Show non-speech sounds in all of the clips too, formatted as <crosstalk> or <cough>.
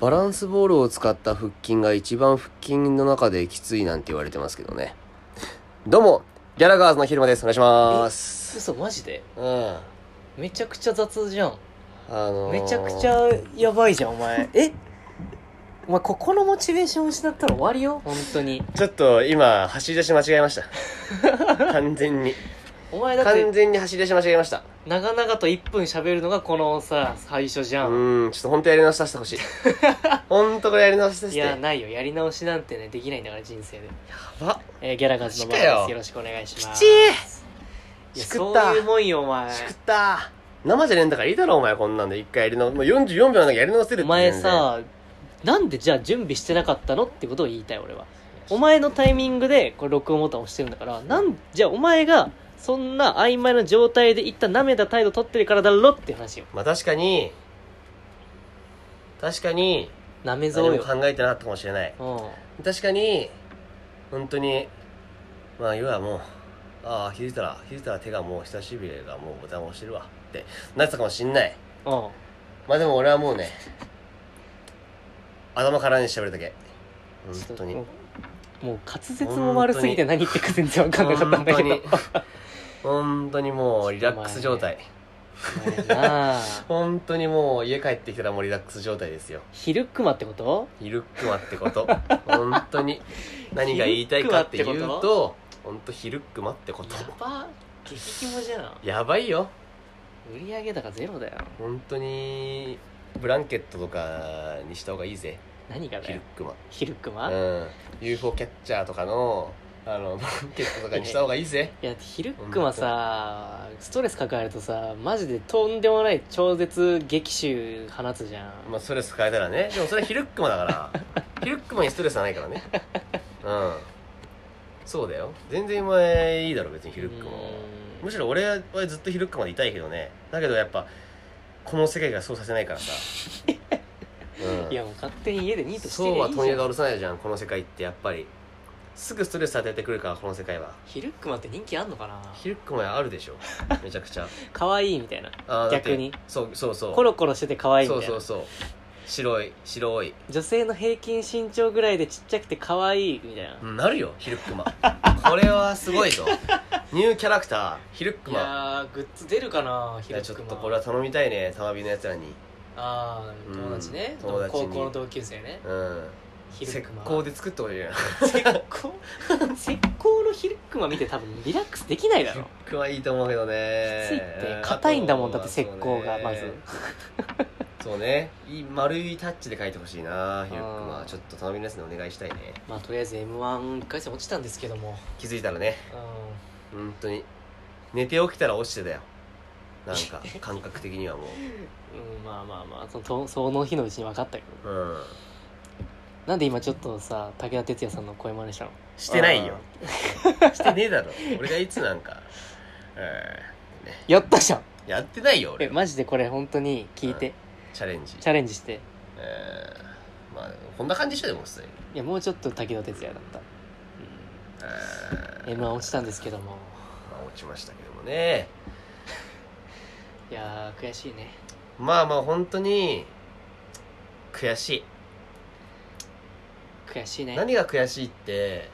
バランスボールを使った腹筋が一番腹筋の中できついなんて言われてますけどね。どうも、ギャラガーズの昼間です。お願いします。嘘マジでうん。あめちゃくちゃ雑じゃんのーめちゃくち。ゃやばいじゃんお <laughs> 前えお前ここのモチベーション失ったら終わりよ本当にちょっと今、走り出し間違えました。 <laughs> 完全に。お前だっ完て全に走り出し間違えました。長々と1分喋るのがこのさ最初じうゃんーん、ちょっと本当やり直させてほし <laughs> い。本当これやり直させいて。ややないよやり直しなんてねできないんだから人生で、ば。えーギャラガーズの前マジかでよすよろしくお願いしまきすちいやしくそっうたいうもんよお前しくった。生じゃねえんだからいいだろ、お前こんなんで。一回やり直もう44秒なんかやり直せるってお前、さなんでじゃあ準備してなかったのってことを言いたい俺はお前のタイミングでこれ録音ボタン押してるんだからなんじゃあお前がそんな曖昧な状態で一旦舐めた態度取ってるからだろって話よまあ確かに、確かに、舐めぞ何うもよ考えてなかったかもしれない。う確かに、本当に、まあ要はもう、ああ、気づいたら、気づいたら手がもう、久しぶりがもうボタンを押してるわってなってたかもしんない。んうんまあでも俺はもうね、頭からに喋るだけ。ちょ本っ当とに。もうもう滑舌も悪すぎて何言ってるか全然わかんなかった本んだ当けどに、本当にもうリラックス状態。お前 <laughs> なあ本当にもう家帰ってきたらもうリラックス状態ですよ。昼熊ってことイルックマってこと本当に何が言いたいかっていうヒルックマってと本当ヒルックマってことやば激キモじゃんやばいよ売上高ゼロだよ本当にブランケットとかにした方がいいぜ何がだヒルよックマ昼熊、うん UFO キャッチャーとかのあのブ <laughs> ランケットとかにした方がいいぜいやヒルックマさストレス抱えるとさマジでとんでもない超絶激臭放つじゃんまあストレス変えたらねでもそれはヒルックマだから <laughs> ヒルックマにストレスはないからねうんそうだよ全然お前いいだろ別にヒルックマはむしろ俺はずっとヒルックまでいたいけどねだけどやっぱこの世界がそうさせないからさ、うん、いやもう勝手に家でニートしてそうりゃはいい問じ屋ゃがん下ろさないじゃんこの世界ってやっぱりすぐストレス与えてくるからこの世界はヒルックマって人気あんのかなヒルックマあるでしょめちゃく <laughs> ちゃ可愛いみたいなあーだって逆にそうそうそうコロコロしてて可愛いみそたいうなそうそう白い白い、女性の平均身長ぐらいでちっちゃくて可愛いみたいな、うん、なるよヒルックマこれはすごいぞニューキャラクターヒルックいマやーグッズ出るかないヒルやッちクょっマとこれは頼みたいねたまびのやつらにああ友達ね、うん友達高に校の同級生ねうんヒル石ックマ膏で作ってほしいな石膏石膏のヒルックマ見て多分リラックスできないだフッろクはいいと思うけどねきついって硬いんだもんだって石膏がまずそうねそうねいい丸いタッチで描いてほしいなヒュックうはんちょっと頼みのやつにお願いしたいねまあとりあえず m 1 1回戦落ちたんですけども、気づいたらねう本当に寝て起きたら落ちてたよなん <laughs> か感覚的にはもん、うん、まあまあまあそのその日のうちに分かったけどううんなんで今ちょっとさ武田鉄矢さんの声真似したのしてないよしてねえだろ俺がいつなんかうんねやったじゃんやってないよえ俺マジでこれ本当に聞いて、チャレンジチャレンジしてうんまあこんな感じでしょでも普通にいやもうちょっと武田鉄矢だった、うんうん、m 1落ちたんですけどもまあ落ちましたけどもねいやー悔しいねまあまあ本当に悔し悔しいいね何が悔しいって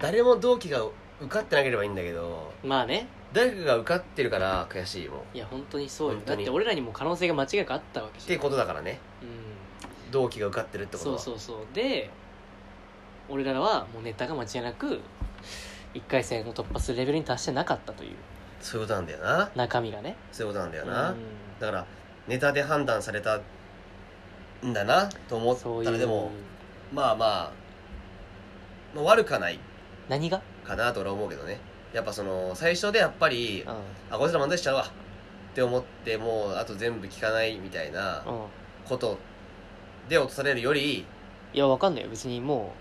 誰も同期が受かってなければいいんだけどまあね誰かが受かってるから悔しいもんっいや本当にそうよ本当だっにて俺らにも可能性が間違いなくあったわけじてゃんことだからねうん同期が受かってるってことそうはそうそうで俺らはもうネタが間違いなく1回戦を突破するレベルに達してなかったというそういうことなんだよな中身がねそういうことなんだような、んだからネタで判断されたんだなと思っそうたいらうでもまあまあ、まあ、悪くはない何が、かなと俺は思うけどねやっぱその最初でやっぱりうんあこいつら漫才しちゃうわって思ってもうあと全部聞かないみたいなうん、ことで落とされるよりいやわかんないよ別にも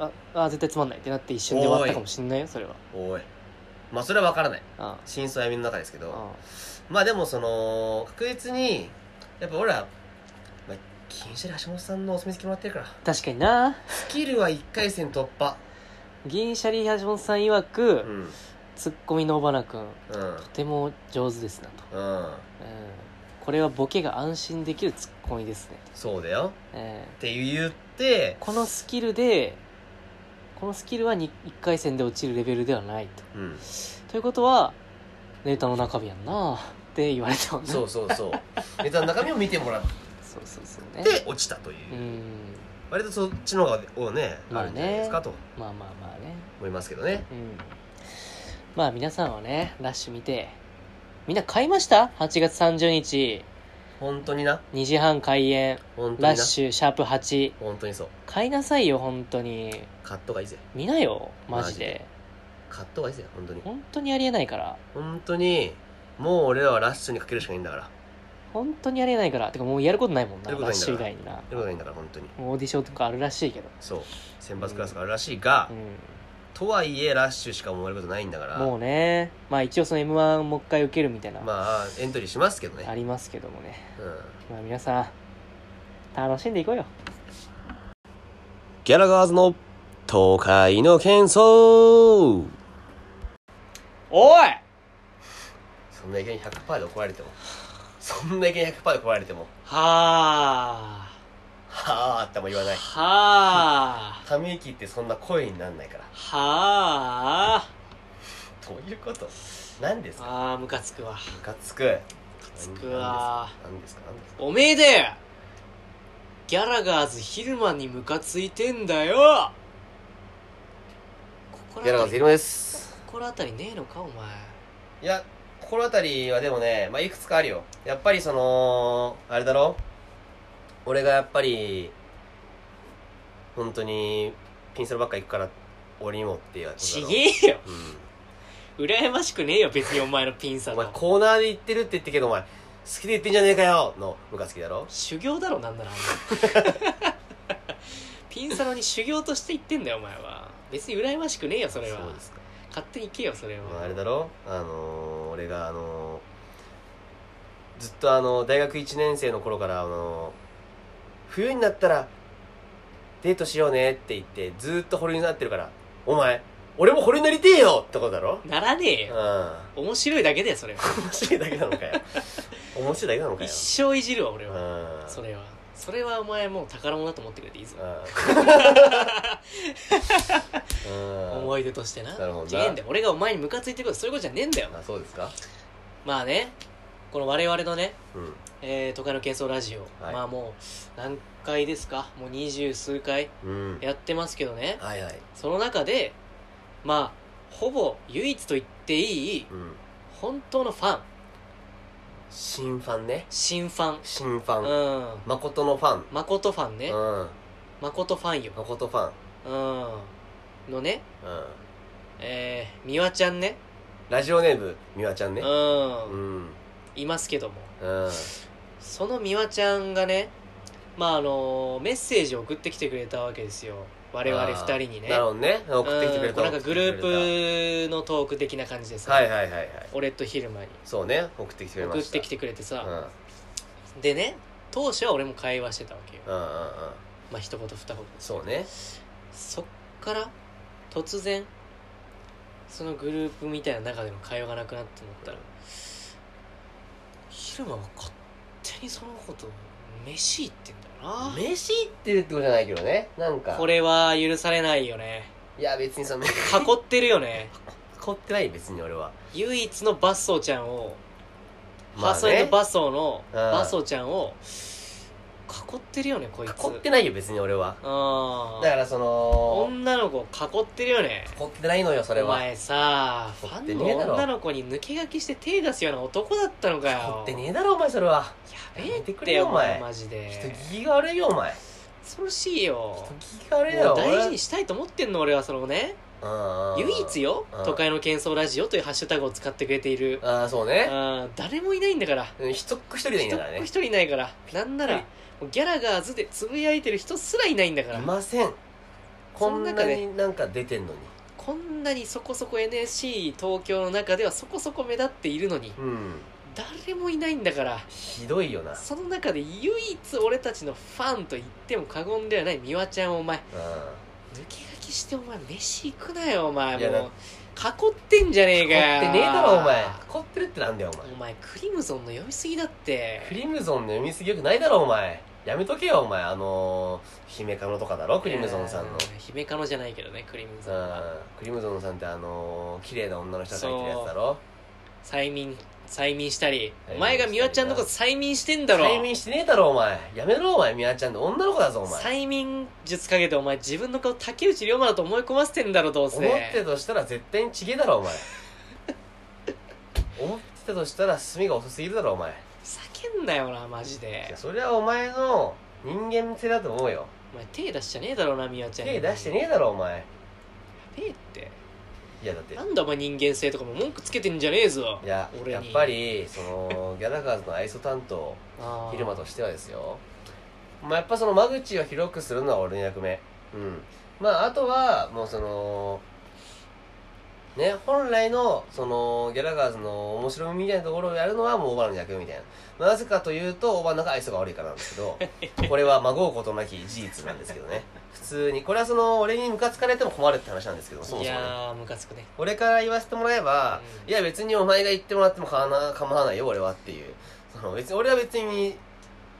うああ絶対つまんないってなって一瞬で終わったかもしんないよそれはおいまあそれは分からないあ真相は闇の中ですけあどまあでもその確実にやっぱ俺ら、まあ、禁止で橋本さんのお墨付きもらってるから確かになスキルは1回戦突破銀シャリ橋本さん曰く、うんうんツッコミの尾花君うんとても上手ですなと、うん、これはボケが安心できるツッコミですね、そうだよえって言ってーこのスキルでこのスキルは1回戦で落ちるレベルではないとうんということはネタの中身やんなって言われたもんねそうそう <laughs> そうネタの中身を見てもらっそうそうそうねて落ちたといううん割とそっちの方がをねまああるねんじゃないですかとまあまあまあね思いますけどねうんまあ皆さんはねラッシュ見てみんな買いました ?8 月30日本当にな2時半開演本当ラッになシュシャープ8本当にそう買いなさいよ本当にカットがいいぜ見なよマジでカットがいいぜ本当に本当にありえないから本当にもう俺らはラッシュにかけるしかないんだからや本当にありえないからてかもうやることないもんやなることラッないんだシからュ以外になることないんだから本当にオーディションとかあるらしいけどそう選抜クラスがあるらしいが、うんとはいえラッシュしかもうやることないんだからもうねまあ一応その m 1もう一回受けるみたいな、まあエントリーしますけどね、ありますけどもねうん、まあ皆さん楽しんでいこうよギャラガーズの東海の喧騒おいそんな意見100%で怒られてもそんな意見100%で怒られてもはあはあっても言わないはあため息ってそんな声になんないからはあどういうこと何ですかあームカつくわムカつくつくわ何ですか何ですかおめえだよギャラガーズ昼間にムカついてんだよここギャラガーズ昼間です心当たりねえのかお前いや、心当たりはでもね、まあ、いくつかあるよ。やっぱりその、あれだろ俺がやっぱり、本当に、ピンサロばっか行くから、俺にもっていうやつちだろ。げえよう羨ましくねえよ別にお前のピンサん。お前ロコーナーで行ってるって言ってけど、お前、好きで行ってんじゃねえかよの、ムカつきだろ修行だろなん <laughs> ならあんなピンサロに修行として言ってんだよお前は別に羨ましくねえよそれはそうですか。勝手に行けよそれは、まあ、あれだろあのー、俺があのー、ずっとあのー、大学1年生の頃からあのー、冬になったらデートしようねって言ってずーっとホリになってるからお前俺もホリになりてえよってことだろならねえうんよ、面白いだけだよそれは面白いだけなの <laughs> かよ面白いだけなのかよ一生いじるわ俺うは、んそれはそれはお前もう宝物だと思ってくれていいぞ、うんうん思い出としてななるほど違なえんだよ俺がお前にムカついてることそういうことじゃねえんだよあそうですかまあねこの我々のね、うんえー、都会の幻想ラジオ、はいまあもう何回ですかもう二十数回うんやってますけどねはいはいその中でまあほぼ唯一と言っていいうん本当のファン新ファンね新ファン新ファン、うん誠のファン誠ファンねうん誠ファンよ誠ファンうんのねうんえー、美和ちゃんねラジオネームみわちゃんねううんんいますけどもうんその美和ちゃんがねまああのメッセージを送ってきてくれたわけですよ我々二人にねなるほどね送ってきてくれうんこたうなんかグルーープのトーク的な感じでさ、はいはいはいはい俺と昼間にそうね送ってきてくれま送したってきててくれうてんうさ、んでね当初は俺も会話してたわけようんうんまあ一言二言そうねそっから突然そのグループみたいな中での会話がなくなって思ったら昼間は勝手にその子と飯行ってんだよな飯行ってるってことじゃないけどねなんかこれは許されないよねいや別にその飯囲ってるよね凝ってない別に俺は唯一のバッソーちゃんをまハあーソイねのバッソーのうんバッソーちゃんを囲ってるよねこいつ凝ってないよ別に俺はあだからその女の子を囲ってるよね凝ってないのよそれおは前さフ取ァってンねえだろの女の子に抜け書きして手出すような男だったのかよ凝ってねえだろお前それはやべえやっめててくくれれよよおお前前マジで人聞きが悪いよお前恐ろしいよ人聞きが悪いだもよう大事にししたいと思ってんの俺はそのね唯一ようん都会の喧騒ラジオというハッシュタグを使ってくれているああそうねあー誰もいないんだからうん一っ子一人でいいん人だっから子ね一人いないからなんならもうギャラガーズでつぶやいてる人すらいないんだかいらませんこんなその中でになんか出てんのにこんなにそこそこ NSC 東京の中ではそこそこ目立っているのにうん誰もいないんだからひどいよなうんその中で唯一俺たちのファンと言っても過言ではない美和ちゃんをお前抜け書きしてお前飯行くなよお前いやもう囲ってんじゃねえ凝かよってねえだろお前凝ってるってなんだよお前お前クリムゾンの読みすぎだってクリムゾンの読みすぎよくないだろお前やめとけよお前あのー、姫カノとかだろクリムゾンさんの、えー姫カノじゃないけどねクリムゾンはうんクリムゾンさんってあのー、綺麗な女の人が書いてるやつだろ催眠催眠したり催眠したりなお前が美和ちゃんのこと催眠してんだろ催眠してねえだろお前やめろお前ミワちゃんって女の子だぞお前催眠術かけてお前自分の顔竹内涼真だと思い込ませてんだろどうせ思ってたとしたら絶対にちげえだろお前思ってたとしたら墨が遅すぎるだろお前ふざけんなよなマジいでやそれはお前の人間性だと思うよお前手出しちゃねえだろな美和ちゃん手出してねえだろお前えべえっていやだってなんだお前人間性とかも文句つけてんじゃねえぞいや俺にやっぱりそのギャラガーズの愛想担当あー昼間としてはですよまあやっぱその間口を広くするのは俺の役目うんまああとはもうそのね本来のそのギャラガーズの面白みみたいなところをやるのはもうオバナの役目みたいな、まあなぜかというとオバナが愛想が悪いからなんですけど <laughs> これはまごうことなき事実なんですけどね普通にこれはその俺にムカつかれても困るって話なんですけどそもいそもねやームカつくね俺から言わせてもらえば、うんいや別にお前が言ってもらっても構わな構わないよ俺はっていうその別に俺は別に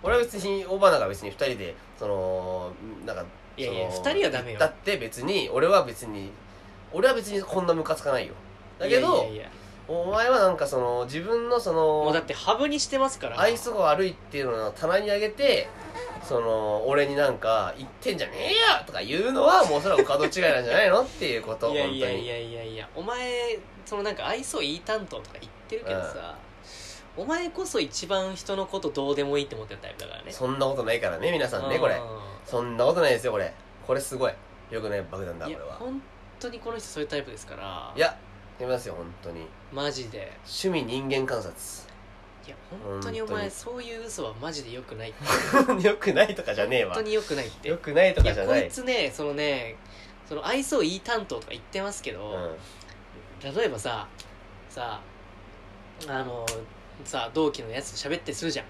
俺は別にオバナが別に2人でそのなんかいやいやその二人はダメよだって別に俺は別に俺は別にこんなムカつかないよだけどいやいやいやお前はなんかその自分のそもうのだってハブにしてますから愛想が悪いっていうのを棚に上げてその俺になんか「言ってんじゃねえよ!」とか言うのはもうそれはお門違いなんじゃないのっていうこといやいや本当いにやいやいやお前そのなんか愛想いい担当とか言ってるけどさ、お前こそ一番人のことどうでもいいって思ってるタイプだからねそんなことないからね皆さんねうんこれそんなことないですよこれこれすごいよくない爆弾だこいれやは本当にこの人そういうタイプですからいややめますよ本当にマジで趣味人間観察 <laughs> いや本当にお本当前にそういう嘘はマジでよくないってよくないとかじゃねえ本わ当によくないってよくないといかやじゃこないいつねそのねその愛想いい担当とか言ってますけうど、ん、うん例えばささあのさ同期のやつと喋ってするじゃん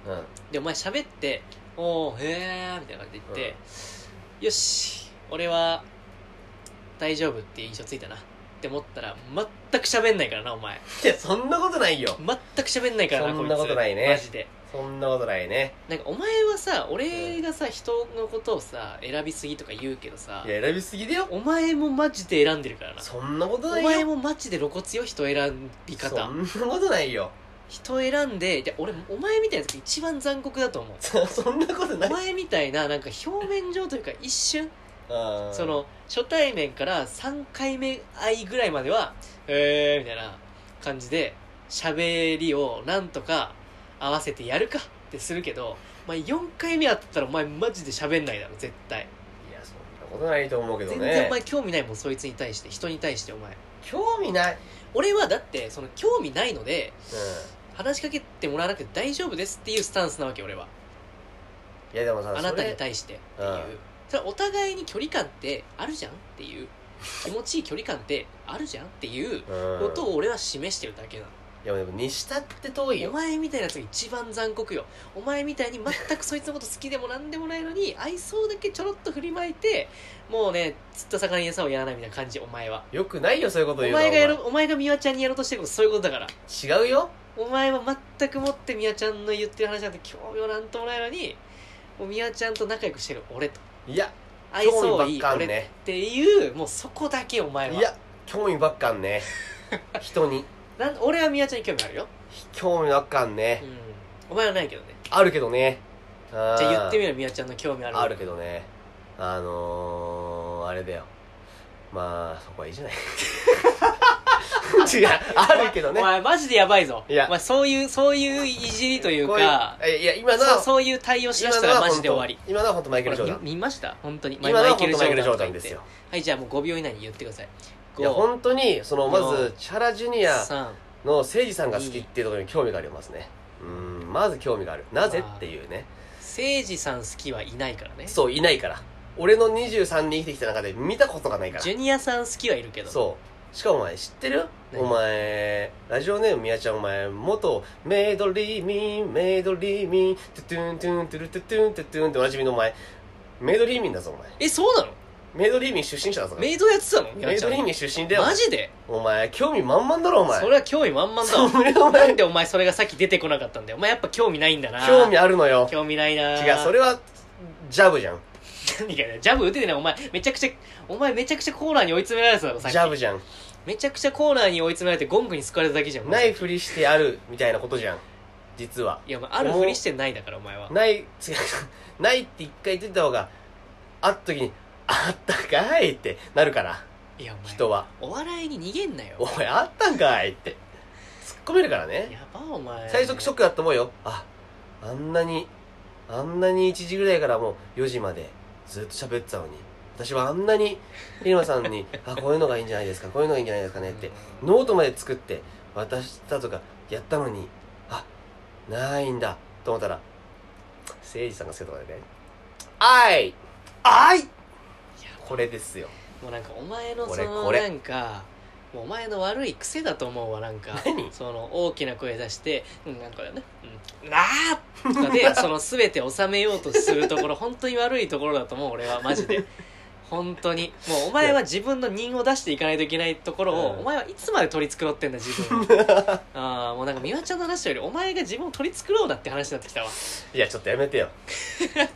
でお前喋って「おおへえ」みたいな感じで言って「よし俺は大丈夫」っていう印象ついたなって思ったら全く喋んないからなお前いやそんなことないよ全く喋んないからなそこいんつなことないねマジでそんなことないねなんかお前はさ俺がさ人のことをさ選びすぎとか言うけどさいや選びすぎだよお前もマジで選んでるからなそんなことなおいよ前もマジで露骨よ人選びそ方んなことないよ <laughs> 人選んでで俺お前みたいなやつが一番残酷だと思うそんなことなおい前みたいななんか表面上というか一瞬うんその初対面から3回目会いぐらいまでは「えー」みたいな感じで喋りをなんとか合わせてやるかってするけどお前4回目会ったらお前マジで喋んないだろ絶対いやそんなことないと思うけど全然おね前興味ないもんそいつに対して人に対してお前興味ない俺はだってその興味ないのでう話しかけてもらわなくて大丈夫ですっていうスタンスなわけ俺はんいやでもさあなたにそれ対してっていううんそれはお互いに距離感ってあるじゃんっていう気持ちいい距離感ってあるじゃんっていううんことを俺は示してるだけないやでも西田って遠いの、およ前みたいなやつが一番残酷よお前みたいに全くそいつのこと好きでもなんでもないのに愛想だけちょろっと振りまいてもうね釣った魚に餌をやらないみたいな感じお前はよくないよそういうこおと言前うのはがやるお前が美和ちゃんにやろうとしてることそういうことだから違うよお前は全くもって美和ちゃんの言ってる話なんて興味もなんともないのにもう美和ちゃんと仲良くしてる俺といや愛想いい興味ばっか俺んっねていうもうそこだけお前はいや興味ばっかん <laughs> ね人になん俺は美和ちゃんに興味あるよ、興味ばっかんうねん、お前はないけどねあるけどねじゃじゃあ言ってみろよ美和ちゃんの興味あるあるけどねあのー、あれだよまあそこはいいじゃ <laughs> ない違うあるけどねお前マジでやばいぞいやお前そういうそういういじりというこうかいういや今のそうはそういう対応しだし今たのは本らマ当ジで終わり今のは本当マイケル・ジョーほダらンみ見ました本当に今のは本当マイケル・ジョーとダかン言っでてすよはいじゃあもう5秒以内に言ってくださいいや5本当にそのまずチャラジュニア3の誠司さんが好きっていうところに興味がありますねうんまず興味があるなぜっていうね誠司さん好きはいないからねそういないから俺の23年生きてきた中で見たことがないからジュニアさん好きはいるけどそうしかもお前知ってる何お前ラジオネームみやちゃんお前元メイドリーミーメイドリーミートゥトゥントゥントゥルトゥトゥントゥトゥンっておなじみのお前メイドリーミンだぞお前えそうなのメイドリーミー出身者だぞメイドやってたのミメライちゃドんリーミー出身だよマジでお前興味満々だろお前それは興味満々だわそれお前なんでお前それがさっき出てこなかったんだよお前やっぱ興味ないんだな興味あるのよ興味ないな違うそれはジャブじゃん何がねジャブ打ててないお前めちゃくちゃお前めちゃくちゃコーナーに追い詰められてたのさっきジャブじゃんめちゃくちゃコーナーに追い詰められてゴングに救われただけじゃんないふりしてあるみたいなことじゃん実はいやお前あるふりしてないだからお前はない違う <laughs> ないって一回言ってた方があった時にあったかいってなるからいやお前人はお笑いに逃げんなおよ前あったんかいって突っ込めるからねやばお前最初ショックだったと思うよああんなにあんなに1時ぐらいからもう4時までずっと喋ってたのに私はあんなに入間さんにあこういうのがいいんじゃないですかこういうのがいいんじゃないですかねってうんノートまで作って渡したとかやったのにあないんだと思ったら誠司さんがつけたからね「あいあい!」これですよもうなんかお前のこそれのこれなんかもうお前の悪い癖だと思うわなんか何その大きな声出して「うんなんかだよね」うん「なあ!」とかでその全て収めようとするところ本当に悪いところだと思う俺はマジで本当にもうお前は自分の人を出していかないといけないところを、うんお前はいつまで取り繕ってんだ自 <laughs> 分をああもうなんか美和ちゃんの話よりお前が自分を取り繕うなって話になってきたわいやちょっとやめてよ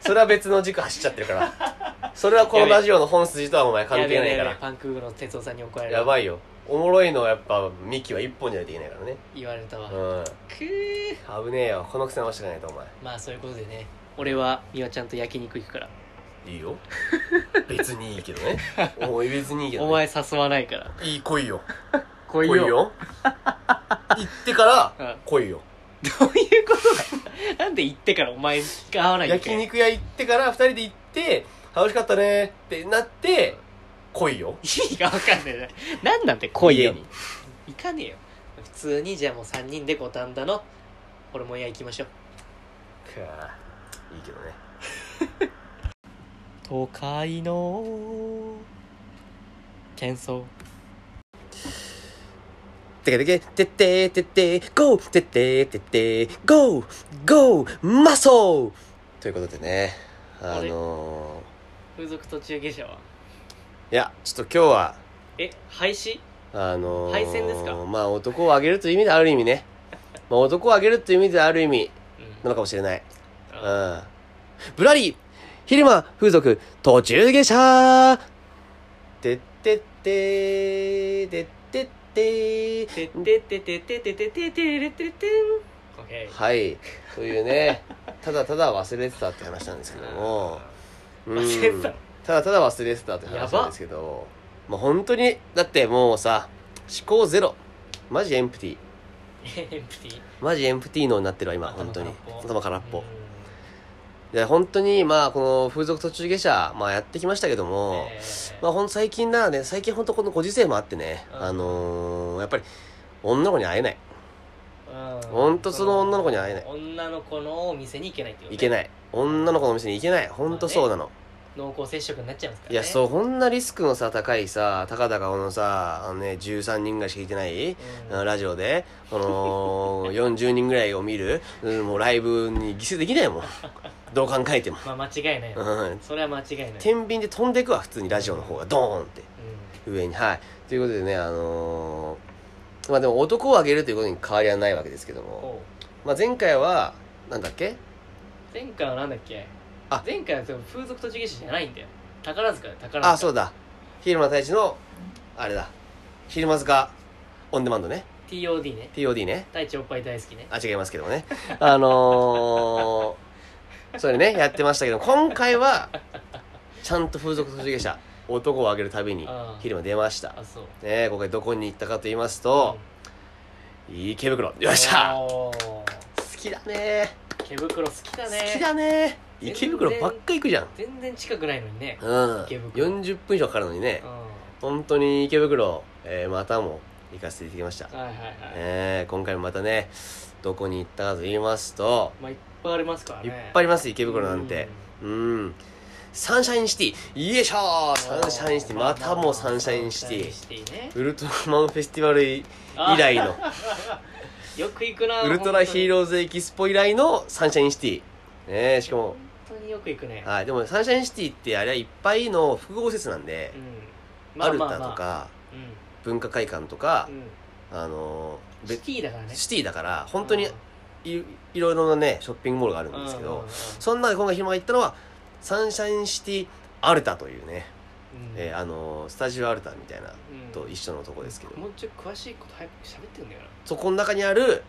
それは別の軸走っちゃってるから <laughs> それはこのラジオの本筋とはお前関係ないやかべえやべえやべえらパンクーグの哲夫さんに怒られるやばいよおもろいのはやっぱミキは一本じゃないといけないからね言われたわ、うくーん危ねえよこの癖直していかないとお前まあそういうことでね俺は美和ちゃんと焼肉行くからいいよ別にいいけ <laughs> どねお前別にいいけど、ね、お前誘わないからいい来いよ来来いよ行ってかうんら来いよどういうことだよなんで行ってからお前が合わないとい焼けない肉屋行ってから二人で行って楽しかったねってなって来いよ意味が分かんねえな何なんて恋家よに行かねえよ普通にじゃあもう3人で五反田のホルモン屋行きましょうくわいいけどね都会の喧騒てけてけてってーてってーゴーてってーてってーゴーゴーマッソーということでねあの風俗途中下車はー、いやちょっと今日はえ廃止あのー、敗戦ですかまあ男を上げるという意味である意味ね、まあ、男を上げるという意味である意味うんなのかもしれないうんあぶらり昼間風俗途中下車てってってーてってってーてってってってってってってっててれてれてんオッケーはいというねただただ忘れてたって話なんですけどもうん忘れてたただただ忘れてたって話なんですけどもう本当にだってもうさ思考ゼロマジエンプティエンプティマジエンプティー脳になってるわ今頭本当に空っぽ頭空っうぽんで本当にまあこの風俗途中下車まあやってきましたけども、えーまあほんと最近なね最近本当このご時世もあってね、うんあのーやっぱり女の子に会えないほほんとその女の子に会えない女の子のお店に行けないってこといけいない女の子のお店に行けないほんとそうなの、濃厚接触になっちゃいますから、ね、、いやそううこんなリスクのさ高いさ高々このさあのね13人ぐらいしか聞いてない、うん、ラジオでこ <laughs> の40人ぐらいを見る、うんもうライブに犠牲できないもんどう考えても、まあ間違いない、うん、それは間違いない、天秤で飛んでいくわ普通にラジオの方がドーンって上にはいということでねあのーまあでも男をあげるということに変わりはないわけですけどうん、も、おうまあ、前回はなんだっけ前回はなんだっけあ前回はその風俗途中下車じゃないんだよ宝塚だよ宝塚あそううだ昼間太一のあれだ昼間塚オンデマンドね TOD ね TOD ね大地おっぱい大好きねあ、違いますけど <laughs> もね。あのー、それね、やってましたけど、今回は、ちゃんと風俗途中下車、男を挙げるたびにあ、ー昼間出ました。ねあそうえ今回どこに行ったかと言いますと、池袋。よっしゃ好おーきだね池袋好きだね好きだね全然池袋ばっか行くじゃん。全然近くないのにねう、ん。池袋40分以上かかるのにねうん、、は本当に池袋、えーまたも行かせていただきました。いはいはい、えー今回もまたね、どこに行ったかと言いますと、まあいっぱいありますからいねっぱいあいります池袋なんてうんサンシャインシティよいしょーサンシャインシティまたもうサンシャインシティサンシャインシティねウルトラマンフェスティバル以あ来のよく行くなウルトラヒーーローズエキスポ以来のサンシャインシティねえしかも当によく行くね、はい、でもサンシャインシティってあれはいっぱいの複合施設なんでう、んアルタとかう文化会館とかん、、あのうん、べシティだからねシティだから本当にうんいいろいろなねショッピングモールがあるんですけうんうんどうんその中で今回ひまが行ったのはサンシャインシティアルタというね、うんえーあのスタジオアルタみたいなうんと一緒のとこですけどもうちょい詳しいこと早く喋ってんだよそこの中にあるな、うん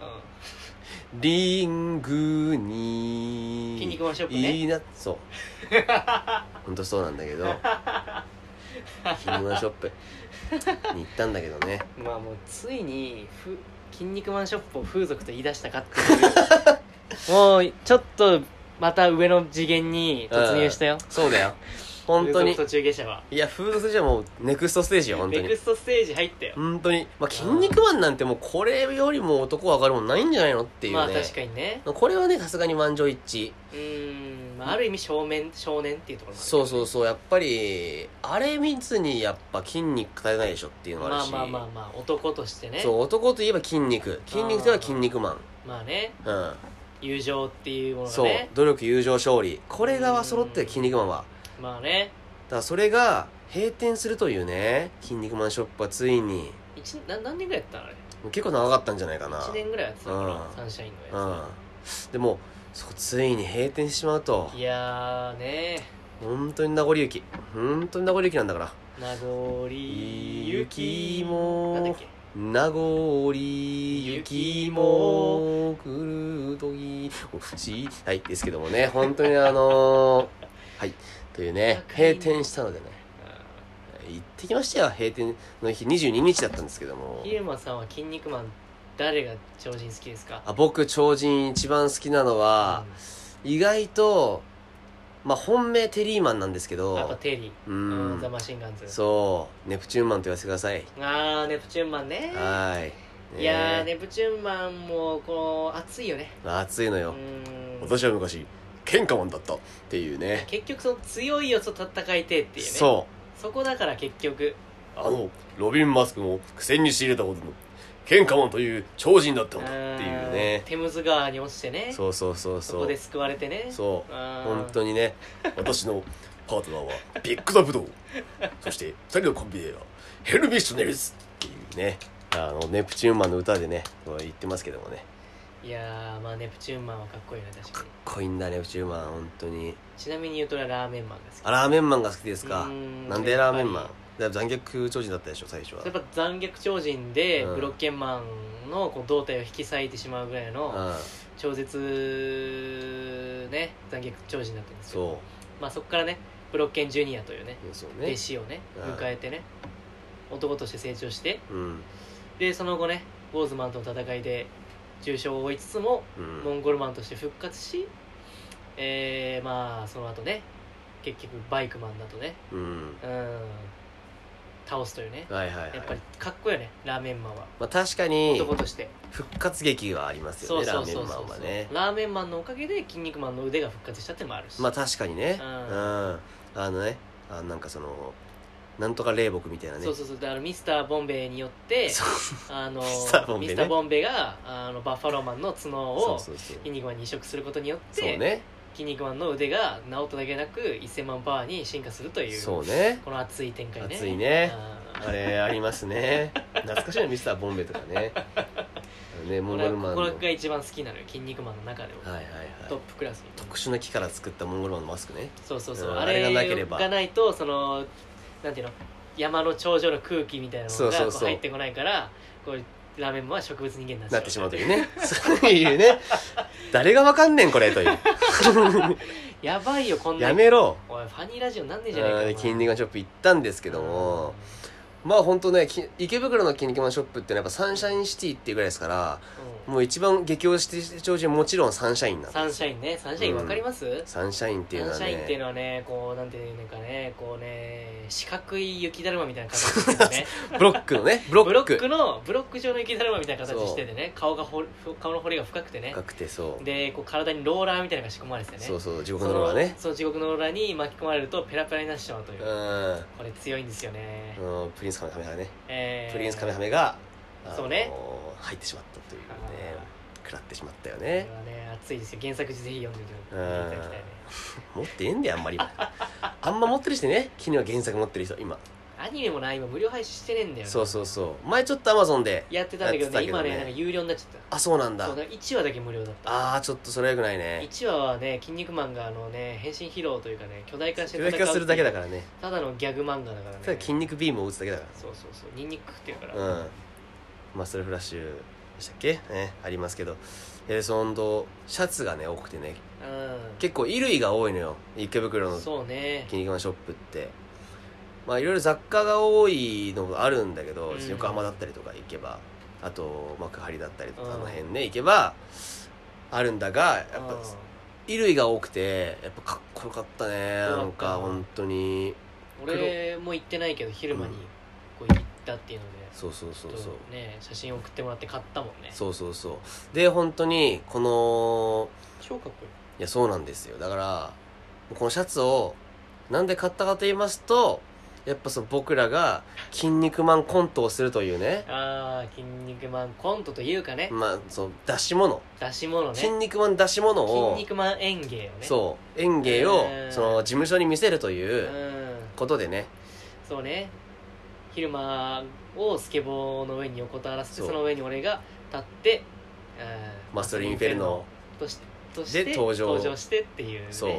リングに筋肉マンショップねいいな <laughs> そう本当そうなんだけど筋肉マンショップに行ったんだけどねまあもうついにふ「筋肉マンショップ」を風俗と言い出したかってい <laughs> うもうちょっとまた上の次元に突入したよそうだよ本当風に俗途中下車 <laughs> はいやフードステージはもうネクストステージよ本当ネにクストステージ入ったよ、本当にまあ筋肉マンなんてもうこれよりも男は上がるもんないんじゃないのっていうね、まあ確かにねこれはねさすがに満場一致うーん、まあ、ある意味少年少年っていうところもあるそうそうそうやっぱりあれ密にやっぱ筋肉足りないでしょっていうのもあまるあし、まあまあまあ男としてねそう男といえば筋肉筋肉といえば筋肉マンまあねうん友情っていうものがそうね努力友情勝利これが揃ってる筋肉マンはまあねだからそれが閉店するというね筋肉マンショップはついに一な何年ぐらいやったのあれ結構長かったんじゃないかな1年ぐらいやってたのかうなんサンシャインのやつうんは、でもそこついに閉店してしまうといやーね本当に名残雪本当に名残雪なんだから名残雪雪もなんだっけ名残雪も来るときおしはいですけどもね本当にあのー <laughs> はいというね閉店したのでね行ってきましたよ閉店の日22日だったんですけどもヒルマさんは「筋肉マン」誰が超人好きですかあ僕超人一番好きなのはうん意外とまあ本命テリーマンなんですけやっぱどテリー、ううんザ・んマシンガンズそうネプチューンマンと言わせてくださいあーネプチューンマンねはいいやーネプチューンマンもこの熱いよねまあ熱いのうよーん私は昔喧嘩マンだったっていうね結局その強いやつと戦いてえっていうねそうそこだから結局あのロビン・マスクも苦戦に仕入れたことのケンカマンという超人だったんだっていうあねーテムズ川に落ちてねそうそうそうそそこでう救われてねそう本本当にね私のパートナーはビッグダブ <laughs> ドウそして二人のコンビではヘルミッショネルズっていうねあのネプチューンマンの歌でねこう言ってますけどもねいやーまあネプチューンマンはかっこいいな確かに濃いんだネプチューンマン本当にちなみに言うと俺はラーメンマンが好きあラーメンマンが好きですかうーんなんでラーメンマンやだっぱから残虐超人だったでしょ最初はりやっぱ残虐超人でうんブロッケンマンのこう胴体を引き裂いてしまうぐらいのうん超絶ね残虐超人だったんですけどそまあそこからねブロッケンジュニアというねうそう弟ね子をねうん迎えてね男として成長してうんでその後ねウォーズマンとの戦いで重傷を負いつつもうんモンゴルマンとして復活し、えー、まあその後ね結局バイクマンだとねうんうん倒すというねはいはい、はい、やっぱりかっこいいよねラーメンマンはまあ、確かに男として復活劇はありますよそうねそラうーメそうンマそンうはねラーメンマンのおかげで筋肉マンの腕が復活したってのもあるし、まあ確かにねううんん、あのねあなんかそのなんとか霊木みたいなねそうそうそうであのミスターボンベイによっ <laughs> てそうあのミミススタターーボボンンベベイイ、ねがあのバッファローマンの角そをうそうそう筋肉マンに移植することによっそうてね筋肉マンの腕が治っただけでなく1000万バーに進化するというそうねこの熱い展開ね熱いねうんあれありますね懐かしいなミスターボンベとかねあのねモン俺ゴはルマンこのこはが一番好きなのよ「筋肉マン」の中でも、いはいはトッいプクラスに特殊な木から作ったモンゴルマンのマスクねそうそうそう、うんあれあれががななければいとそのなんていうの山の頂上の空気みたいなのそがうそうこうそう入ってこないからこうラーメンマンは植物人間になっなってしまうとというねそういうね誰がわかんねんこれというやばいよこんなやめろおいファニーラジオなんねえじゃねえかうんお前筋肉マンショップ行ったんですけどもまあ本当ねき池袋の筋肉マンショップってのはやっぱサンシャインシティっていうぐらいですからうんもう一番激推して超人もちろんサンシャインなんだサンシャインねサンシャインわかります、サンシャインっていうのサンはシャインっていうねのはねこうなんていうのかねこうね四角い雪だるまみたいな形してて <laughs> ねブロックのねブロブッロクックのブロック状の雪だるまみたいな形しててね顔がほふ顔の彫りが深くてね深くてそうでこう体にローラーみたいなのが仕込まれててねそうそう地獄そののロはねそう地獄のローラーに巻き込まれるとペラペラになってしまうというう、んあこれ強いんですよね、のプリンスカメハメハねえープリンスカメハメがあのそうね入ってしまったというねあー食らってしまったよこれねはね熱いですよ原作ぜひ読んでいただきたいね持ってねえんだよあんまり今あんま持ってる人ね昨日は原作持ってる人今アニメもな今無料配信してねえんだよなそうそうそう前ちょっとアマゾンでやってたんだけどねやってたけど今ねねなんか有料になっちゃっあそうなんただそうだ1話だけ無料だったあーちょっとそれはよくないね1話はね「筋肉マン」があのね変身披露というかね巨大化して上化するだけだからねただのギャグ漫画だからねただ筋肉ビームを打つだけだかそうそうそうニンニク食ってるからら、うんマッスルフラッシュでしたっけねありますけどえー、そんとシャツがね多くてねうん結構衣類が多いのよ池袋のそうね筋肉マンショップってまあいろいろ雑貨が多いのがあるんだけど、うん横浜だったりとか行けばあと幕張だったりとかうんあの辺ね行けばあるんだがやっぱうん衣類が多くてやっぱかっこよかったねかっこよかっなたんか本当に俺も行ってないけど昼間にこう行ったっていうので、そうそうそうそうとね写真送ってもらって買ったもんねそうそうそうで本当にこの超かっこいいいやそうなんですよだからこのシャツをなんで買ったかと言いますとやっぱその僕らが「筋肉マンコント」をするというねああ筋肉マンコントというかね、まあその出し物出し物ね筋筋肉マン出し物を肉マン園芸をねそう園芸をえーその事務所に見せるとういうんことでねそうね昼間をスケボーの上に横たわらせてそそうの上に俺が立って、うんマストリンフェルノとしとしてで登場してっていう,、ね、そう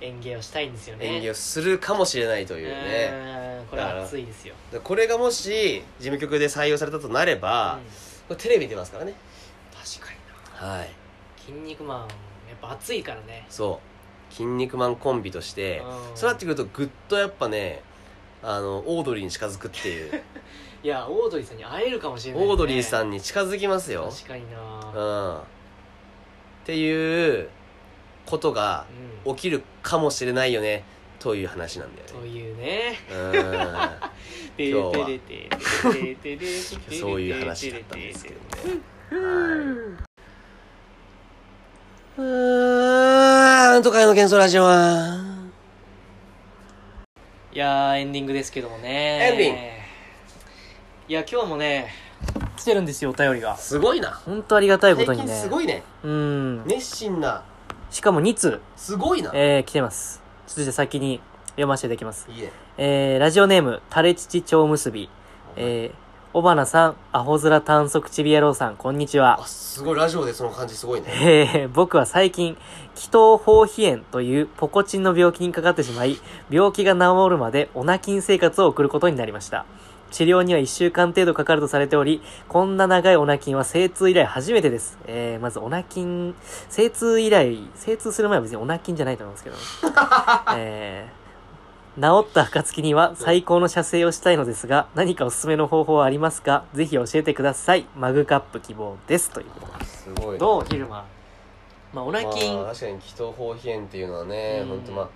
演芸をしたいんですよね園芸をするかもしれないというねうんこれは熱いですよ、でこれがもし事務局で採用されたとなればうこんれテレビに出ますからね確かになはい「筋肉マン」やっぱ熱いからね、そう筋肉マンコンビとしてうんそうなってくるとぐっとやっぱねあのオードリーに近づくって <laughs> いういやオードリーさんに会えるかもしれない、ね、オードリーさんんに近づきますよ確かにうなんっていうことがうん起きるかもしれないよねという話なんだよとねいうねうて今日はててててててんそういう話だったんですけどねうんうーん都会の幻想ラジオはいやーエンディングですけどもねエンディングいや今日もね来てるんですよお便りがすごいな本当ありがたいこ最とに近ねすごいねうん熱心なしかも2通、すごいな、えー、来てますちょっとじゃあ先に読ませていただきますいいねえー、ラジオネーム、タレチチ蝶結び、えー、尾花さん、アホ面短足ちび野郎さん、こんにちあは。すごいラジオでその感じすごいねえー、僕は最近、気頭包皮炎というポコチンの病気にかかってしまい、病気が治るまでオナ菌生活を送ることになりました。治療には1週間程度かかるとされており、こんな長いオナ菌は精通以来初めてです。えー、まずオナ菌、精通以来、精通する前は別にオナ菌じゃないと思うんですけど、ね、えー治った暁には最高の射精をしたいのですが、何かおすすめの方法はありますかぜひ教えてください。マグカップ希望です。ということですごいどう昼間まあオナまあキン、確かに気頭包皮炎っていうのはね、うんほんとまあ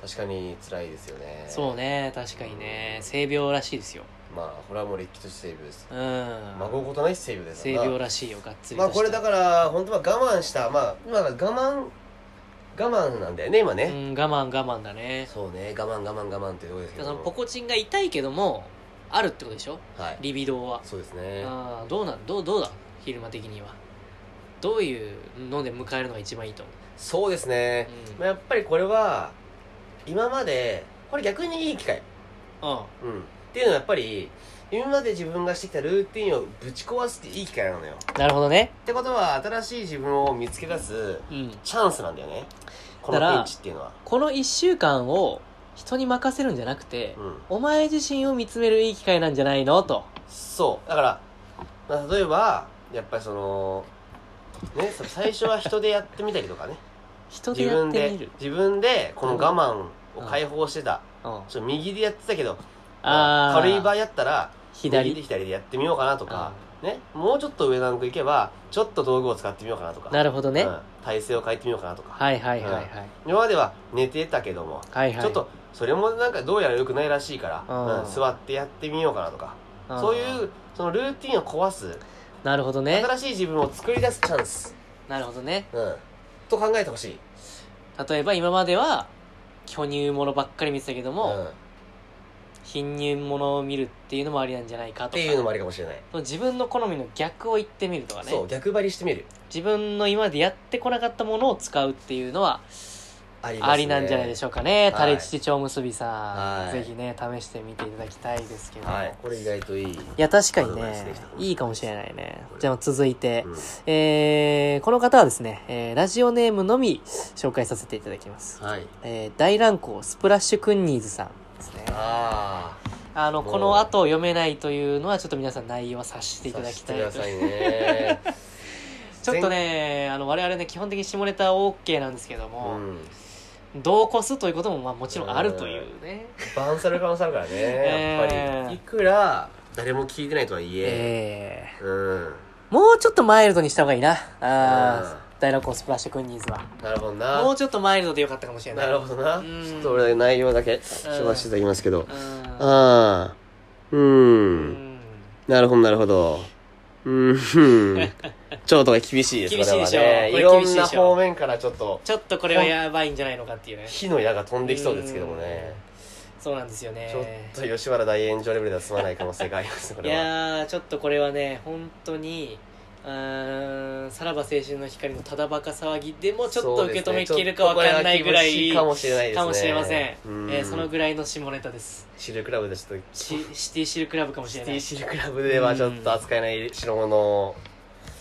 確かに辛いですよねそうね確かにね性病らしいですよまあこれはもうれっきとした性病ですうん孫ことない性病です性病らしいよがっつりとしたまあこれだから本当は我慢したまあ今が我慢我慢なんだよね今うね、ん我慢我慢だねそうね我慢我慢我慢っていうところですけだからどそのもポコチンが痛いけどもあるってことでしょはいリビドーはそうですねあーどうなんどうどうだ昼間的にはどういうので迎えるのが一番いいと思そうですね、うんまあ、やっぱりこれは今までこれ逆にいい機会、ううん、っていうのはやっぱり今まで自分がしてきたルーティンをぶち壊すっていい機会なのようんなるほどねってことは新しい自分を見つけ出すうんチャンスなんだよねこだかのらピンチっていうのはこの1週間を人に任せるんじゃなくて、うんお前自身を見つめるいい機会なんじゃないのとそうだから、まあ、例えばやっぱりそのねその最初は人でやってみたりとかね <laughs> 人で自やっ分てでみる、自分でこの我慢を解放してた、うん、ちょっと右でやってたけどあー軽い場合やったら左右で左でやってみようかなとか、ね、もうちょっと上のランクいけばちょっと道具を使ってみようかなとかなるほどね、うん体勢を変えてみようかなとか、はいはいはいはい、今までは寝てたけどもはいはいちょっとそれもなんかどうやら良くないらしいかうんら、うん座ってやってみようかなとかそうあいーうそのルーティンを壊すなるほどね新しい自分を作り出すチャンス、なるほどねうん、と考えてほしい、例えば今までは巨乳ものばっかり見てたけどうも、ん、っ貧乳ものを見るっていうのもありなんじゃないかとかていうのもありかもしれない、自分の好みの逆を言ってみるとかねそう逆張りしてみる自分の今までやってこなかったものを使うっていうのはありますねありなんじゃないでしょうかね。いタレチチ蝶結びさん、はいぜひね、試してみていただきたいですけど。はいい、これ意外といいいや、確かにアドバイスねできた、いいかもしれないねう。んじゃあ続いて、うんえー、この方はですね、えーラジオネームのみ紹介させていただきます。はいえー大乱行スプラッシュクンニーズさんですね。あああの、もうこの後読めないというのは、ちょっと皆さん内容は察していただきたいさせてください <laughs> ねちょっとね、あの、我々ね、基本的に下ネタは OK なんですけどうも、ん同個数ということも、まあもちろんあるというね。バンされる可能性あるからねやっぱり、えーいくら誰も聞いてないとはいえええうんもうちょっとマイルドにした方がいいな。あうんあ、大学をスプラッシュクンニーズは。なるほどもうなちょっとマイルドでよかったかもしれない。なるほどなうちんょっと俺内容だけ紹介していただきますけどうんああううんん。なるほどなるほど <laughs> うんちょっと厳しいです厳しいでしょこれはねこいれろ厳しんいでなしょ方面からちょっとちょっとこれはやばいんじゃないのかっていうね。火の矢が飛んできそうですけどもねそうなんですよねちょっ。と吉原大炎上レベルでは済まない可能性がありますこいれはやー、ちょっとこれはね、本当に、うーん、さらば青春の光のただバカ騒ぎでもちょっと受け止めきれるかわかんないぐらそうですいねちょっとこれは厳しいかもしれないですねかもしれません。えうんーそのぐらいの下ネタです。シルクラブでちょっとシシティシルクラブかもしシれテなィい。シルクラブではちょっと扱えない代物を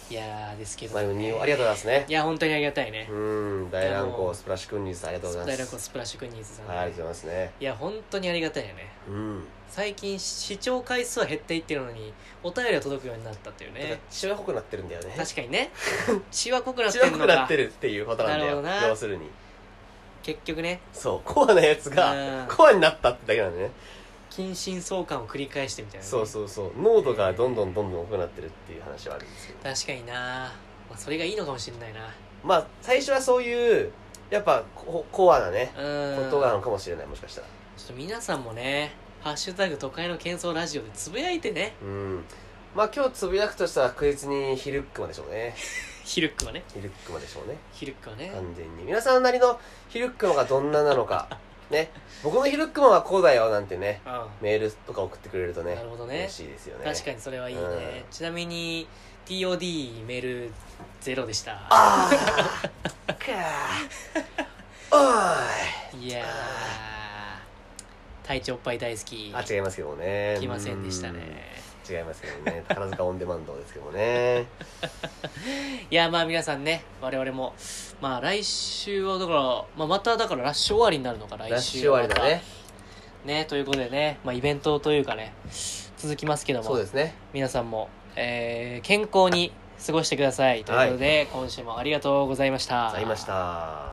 いやー、ですけど、まあでもにありがとうございますねいや、本当にありがたいねう。ん大乱行スプラッシュ君にさんありがとうござダいイまラコすスプラッシュクニーズさん、はいありがとうございますねいや本当にありがたいよねうん最近視聴回数は減っていってるのにお便りが届くようになったっていうだからね血は濃くなってるんだよね確か <laughs> にね血は濃くなっ血てはるの濃かくなってるっていうことなんだよなるほどな要するに結局ねそうコアなやつうがんコアになったってだけなんだよね近親相関を繰り返してみたいな、ね、そうそうそう濃度がどんどんどんどん濃くなってるっていう話はあるんですけど確かにな、まあ、それがいいのかもしれないなまあ最初はそういうやっぱこコアなねこうんとなのかもしれないもしかしたらちょっと皆さんもね「ハッシュタグ都会の喧騒ラジオ」でつぶやいてねうんまあ今日つぶやくとしたら確実にヒルックマでしょうねヒルックはねヒルックマでしょうねヒルックはね完全に皆さんなりのヒルックマがどんななのかね僕のヒルックマはこうだよなんてねあメールとか送ってくれるとねなるほどね嬉しいですよね確かにそれはいいね、うんちなみに TOD メールゼロでしたああかあいやー体調おっぱい大好きおいあ違いますけどもね来ませんでしたねうん違いますけどね宝塚オンデマンドですけどもねいやまあ皆さんね我々もまあ来週はだから、まあ、まただからラッシュ終わりになるのか <laughs> 来ラッシュ終週わはりまただねねということでね、まあ、イベントというかね続きますけどもそうですね皆さんも、えー健康に過ごしてくださいということで、今週もありがとうございましたありました